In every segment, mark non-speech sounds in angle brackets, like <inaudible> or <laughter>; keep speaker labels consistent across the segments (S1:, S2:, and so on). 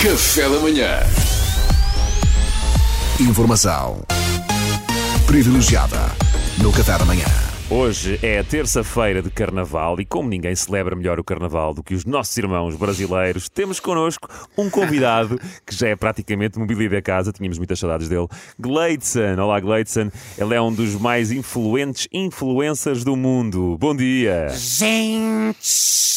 S1: Café da manhã.
S2: Informação privilegiada no Café da Manhã.
S3: Hoje é terça-feira de Carnaval e, como ninguém celebra melhor o Carnaval do que os nossos irmãos brasileiros, temos connosco um convidado que já é praticamente mobília da casa, tínhamos muitas saudades dele, Gleidson. Olá, Gleidson. Ele é um dos mais influentes influencers do mundo. Bom dia.
S4: Gente!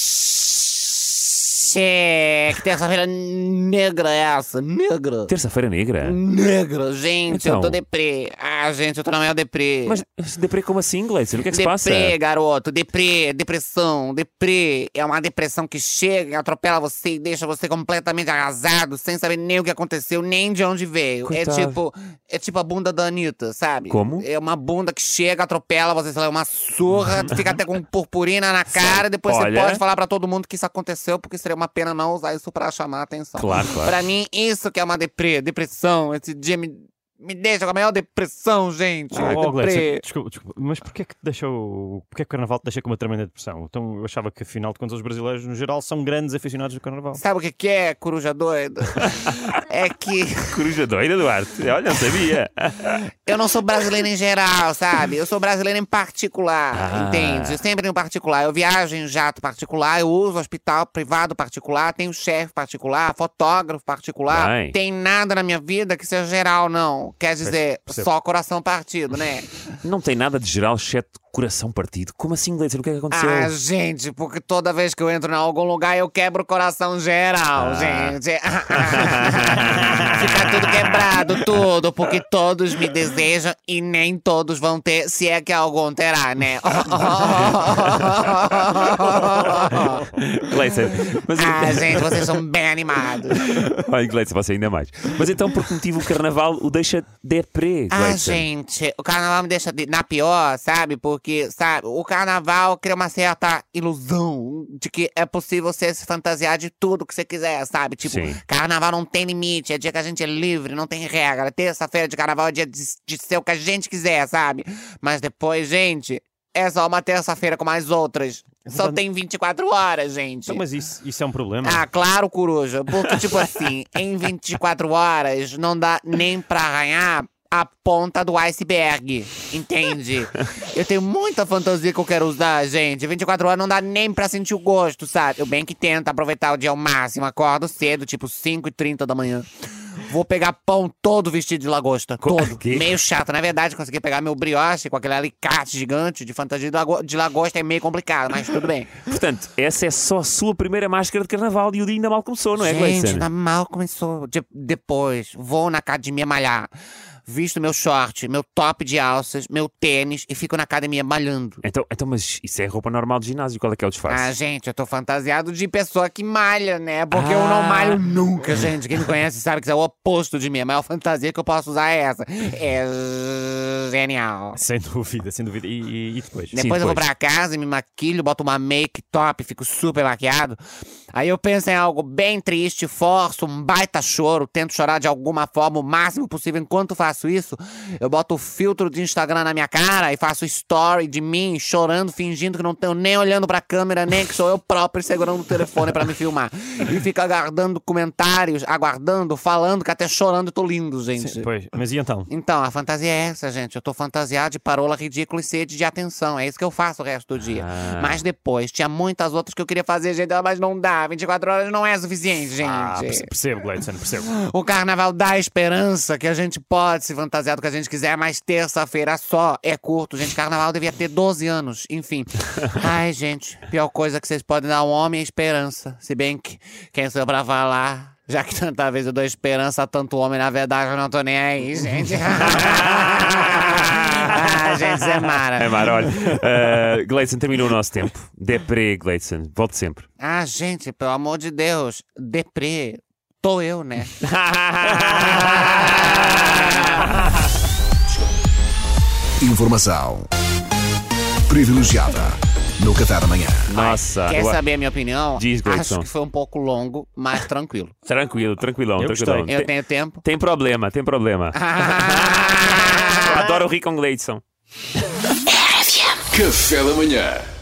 S4: é, Que terça-feira negra é essa? Negra!
S3: Terça-feira negra?
S4: Negra, gente,
S3: Então.
S4: eu tô deprê. Ah, gente, eu tô na minha deprê.
S3: Mas, deprê, como assim, Gleidson? O que é que se passa?
S4: deprê, garoto, deprê, depressão, deprê. É uma depressão que chega, atropela você e deixa você completamente arrasado, sem saber nem o que aconteceu, nem de onde veio.
S3: Coitado.
S4: É tipo. É tipo a bunda da Anitta, sabe?
S3: Como?
S4: É uma bunda que chega, atropela você, sei lá, é uma surra, tu fica até
S3: <laughs>
S4: com purpurina na cara, depois
S3: Olha.
S4: você pode falar pra todo mundo que isso aconteceu, porque seria uma pena não usar isso pra chamar a atenção.
S3: Claro, claro.
S4: Pra mim, isso que é uma deprê, depressão. Esse dia me, me deixa com a maior depressão, gente.
S5: Oh, oh, Glenn,
S4: deprê.
S5: desculpa, desculpa, mas porquê é que te deixou. Porquê é que o Carnaval te deixa com uma tremenda depressão? Então eu achava que afinal de contas os brasileiros no geral são grandes aficionados do Carnaval.
S4: Sabe o que, que é, coruja doida? é que
S3: Coruja doida, Duarte. Olha, não sabia.
S4: eu não sou brasileira em geral, sabe? Eu sou brasileira em particular,
S3: Ah.
S4: entende? Sempre no particular. Eu viajo em jato particular, eu uso hospital privado particular, tenho chefe particular, fotógrafo particular.
S3: Bem.
S4: Tem nada na minha vida que seja geral, não. Quer dizer,
S5: percebo.
S4: só coração partido, né?
S3: Não tem nada de geral, exceto coração partido. Como assim, Gleidson? O que é que aconteceu?
S4: Ah, gente, porque toda vez que eu entro em algum lugar eu quebro o coração geral,
S3: Ah.
S4: gente. <laughs> Fica tudo quebrado, tudo, porque todos me desejam e nem todos vão ter, se é que algum terá, né? <laughs>
S3: <laughs> Gleidson, mas...
S4: ah, gente, vocês são bem animados.
S3: Olha, Gleitson, você ainda mais. Mas então, por que motivo o carnaval o deixa er deprê,
S4: Ah,
S3: Gleitson?
S4: gente, o carnaval me deixa de- na pior, sabe? Porque, sabe, o carnaval cria uma certa ilusão de que é possível você se fantasiar de tudo que você quiser, sabe? Tipo,
S3: Sim.
S4: carnaval não tem limite, é dia que a gente é livre, não tem regra. Terça-feira de carnaval é dia de, de ser o que a gente quiser, sabe? Mas depois, gente, é só uma terça-feira com mais outras. Só
S5: verdade.
S4: tem 24 horas, gente.
S5: Então, mas isso, isso é um problema.
S4: Ah, claro, coruja. Porque, tipo assim, em 24 horas não dá nem pra arranhar a ponta do iceberg. Entende? Eu tenho muita fantasia que eu quero usar, gente. 24 horas não dá nem pra sentir o gosto, sabe? Eu bem que tento aproveitar o dia ao máximo. Acordo cedo, tipo 5h30 da manhã. Vou pegar pão todo vestido de lagosta.
S3: Co-
S4: Todo.
S3: Quê?
S4: Meio chato. Na verdade, consegui pegar meu brioche com aquele alicate gigante de fantasia de, lago- de lagosta. É meio complicado, mas tudo bem.
S3: Portanto, essa é só a sua primeira máscara de carnaval e o dia ainda mal começou, não é,
S4: Gente,
S3: Gleitson?
S4: ainda mal começou. De- depois, vou na academia malhar. Visto meu short, meu top de alças, meu tênis e fico na academia malhando.
S3: Então, então, mas isso é roupa normal de ginásio, qual é que é
S4: Ah,
S3: o disfarce?
S4: gente, eu tô fantasiado de pessoa que malha, né? Porque eu não
S3: Ah.
S4: malho nunca, gente. Quem me conhece sabe que isso é o oposto de mim. A maior fantasia que eu posso usar é essa. É genial.
S5: Sem dúvida, sem dúvida. E, e- e depois?
S3: Sim,
S4: Depois eu vou pra
S3: depois.
S4: casa e me maquilho, boto uma make top, fico super maquiado. Aí eu penso em algo bem triste, forço um baita choro, tento chorar de alguma forma o máximo possível. Enquanto faço isso, eu boto o filtro de Instagram na minha cara e faço story de mim chorando, fingindo que não tenho nem olhando pra câmera, nem que sou eu próprio segurando o telefone pra me filmar. E fico aguardando comentários, aguardando, falando que até chorando eu tô lindo, gente.
S5: Sim, pois. Mas e então?
S4: Então, a fantasia é essa, gente. Eu tô fantasiado de parola ridícula e sede de atenção. É isso que eu faço o resto do dia.
S3: Ah.
S4: Mas depois, tinha muitas outras que eu queria fazer, gente. ah, Mas não dá. 24 horas não é suficiente, gente.
S5: Ah, perce- percebo, Gleidson, percebo.
S4: O carnaval dá a esperança que a gente pode se fantasiar do que a gente quiser, mas terça-feira só é curto, gente. Carnaval devia ter 12 anos, enfim. Ai, gente, pior coisa que vocês podem dar a um homem é esperança. Se bem que quem sou eu pra falar, já que tanta vez eu dou esperança a tanto homem, na verdade eu não tô nem aí, gente. ah, gente, isso é mara.
S3: É, Mara, olha. ah, Gleitson, terminou o nosso tempo. Deprê, Gleitson. Volte sempre.
S4: Ah, gente, pelo amor de Deus, deprê, tô eu, né?
S2: Informação privilegiada no Café da Manhã.
S3: Nossa.
S4: Quer
S3: agora-
S4: saber a minha opinião?
S3: Ah, Diz, Gleison.
S4: Acho que foi um pouco longo, mas tranquilo.
S3: Tranquilo, tranquilão,
S5: Eu
S3: tranquilão.
S5: gostei.
S4: Eu
S3: Tem,
S4: tenho
S3: <laughs>
S4: tempo.
S3: tem problema, tem problema. Eu Adoro rir com Gleitson.
S1: Café da manhã.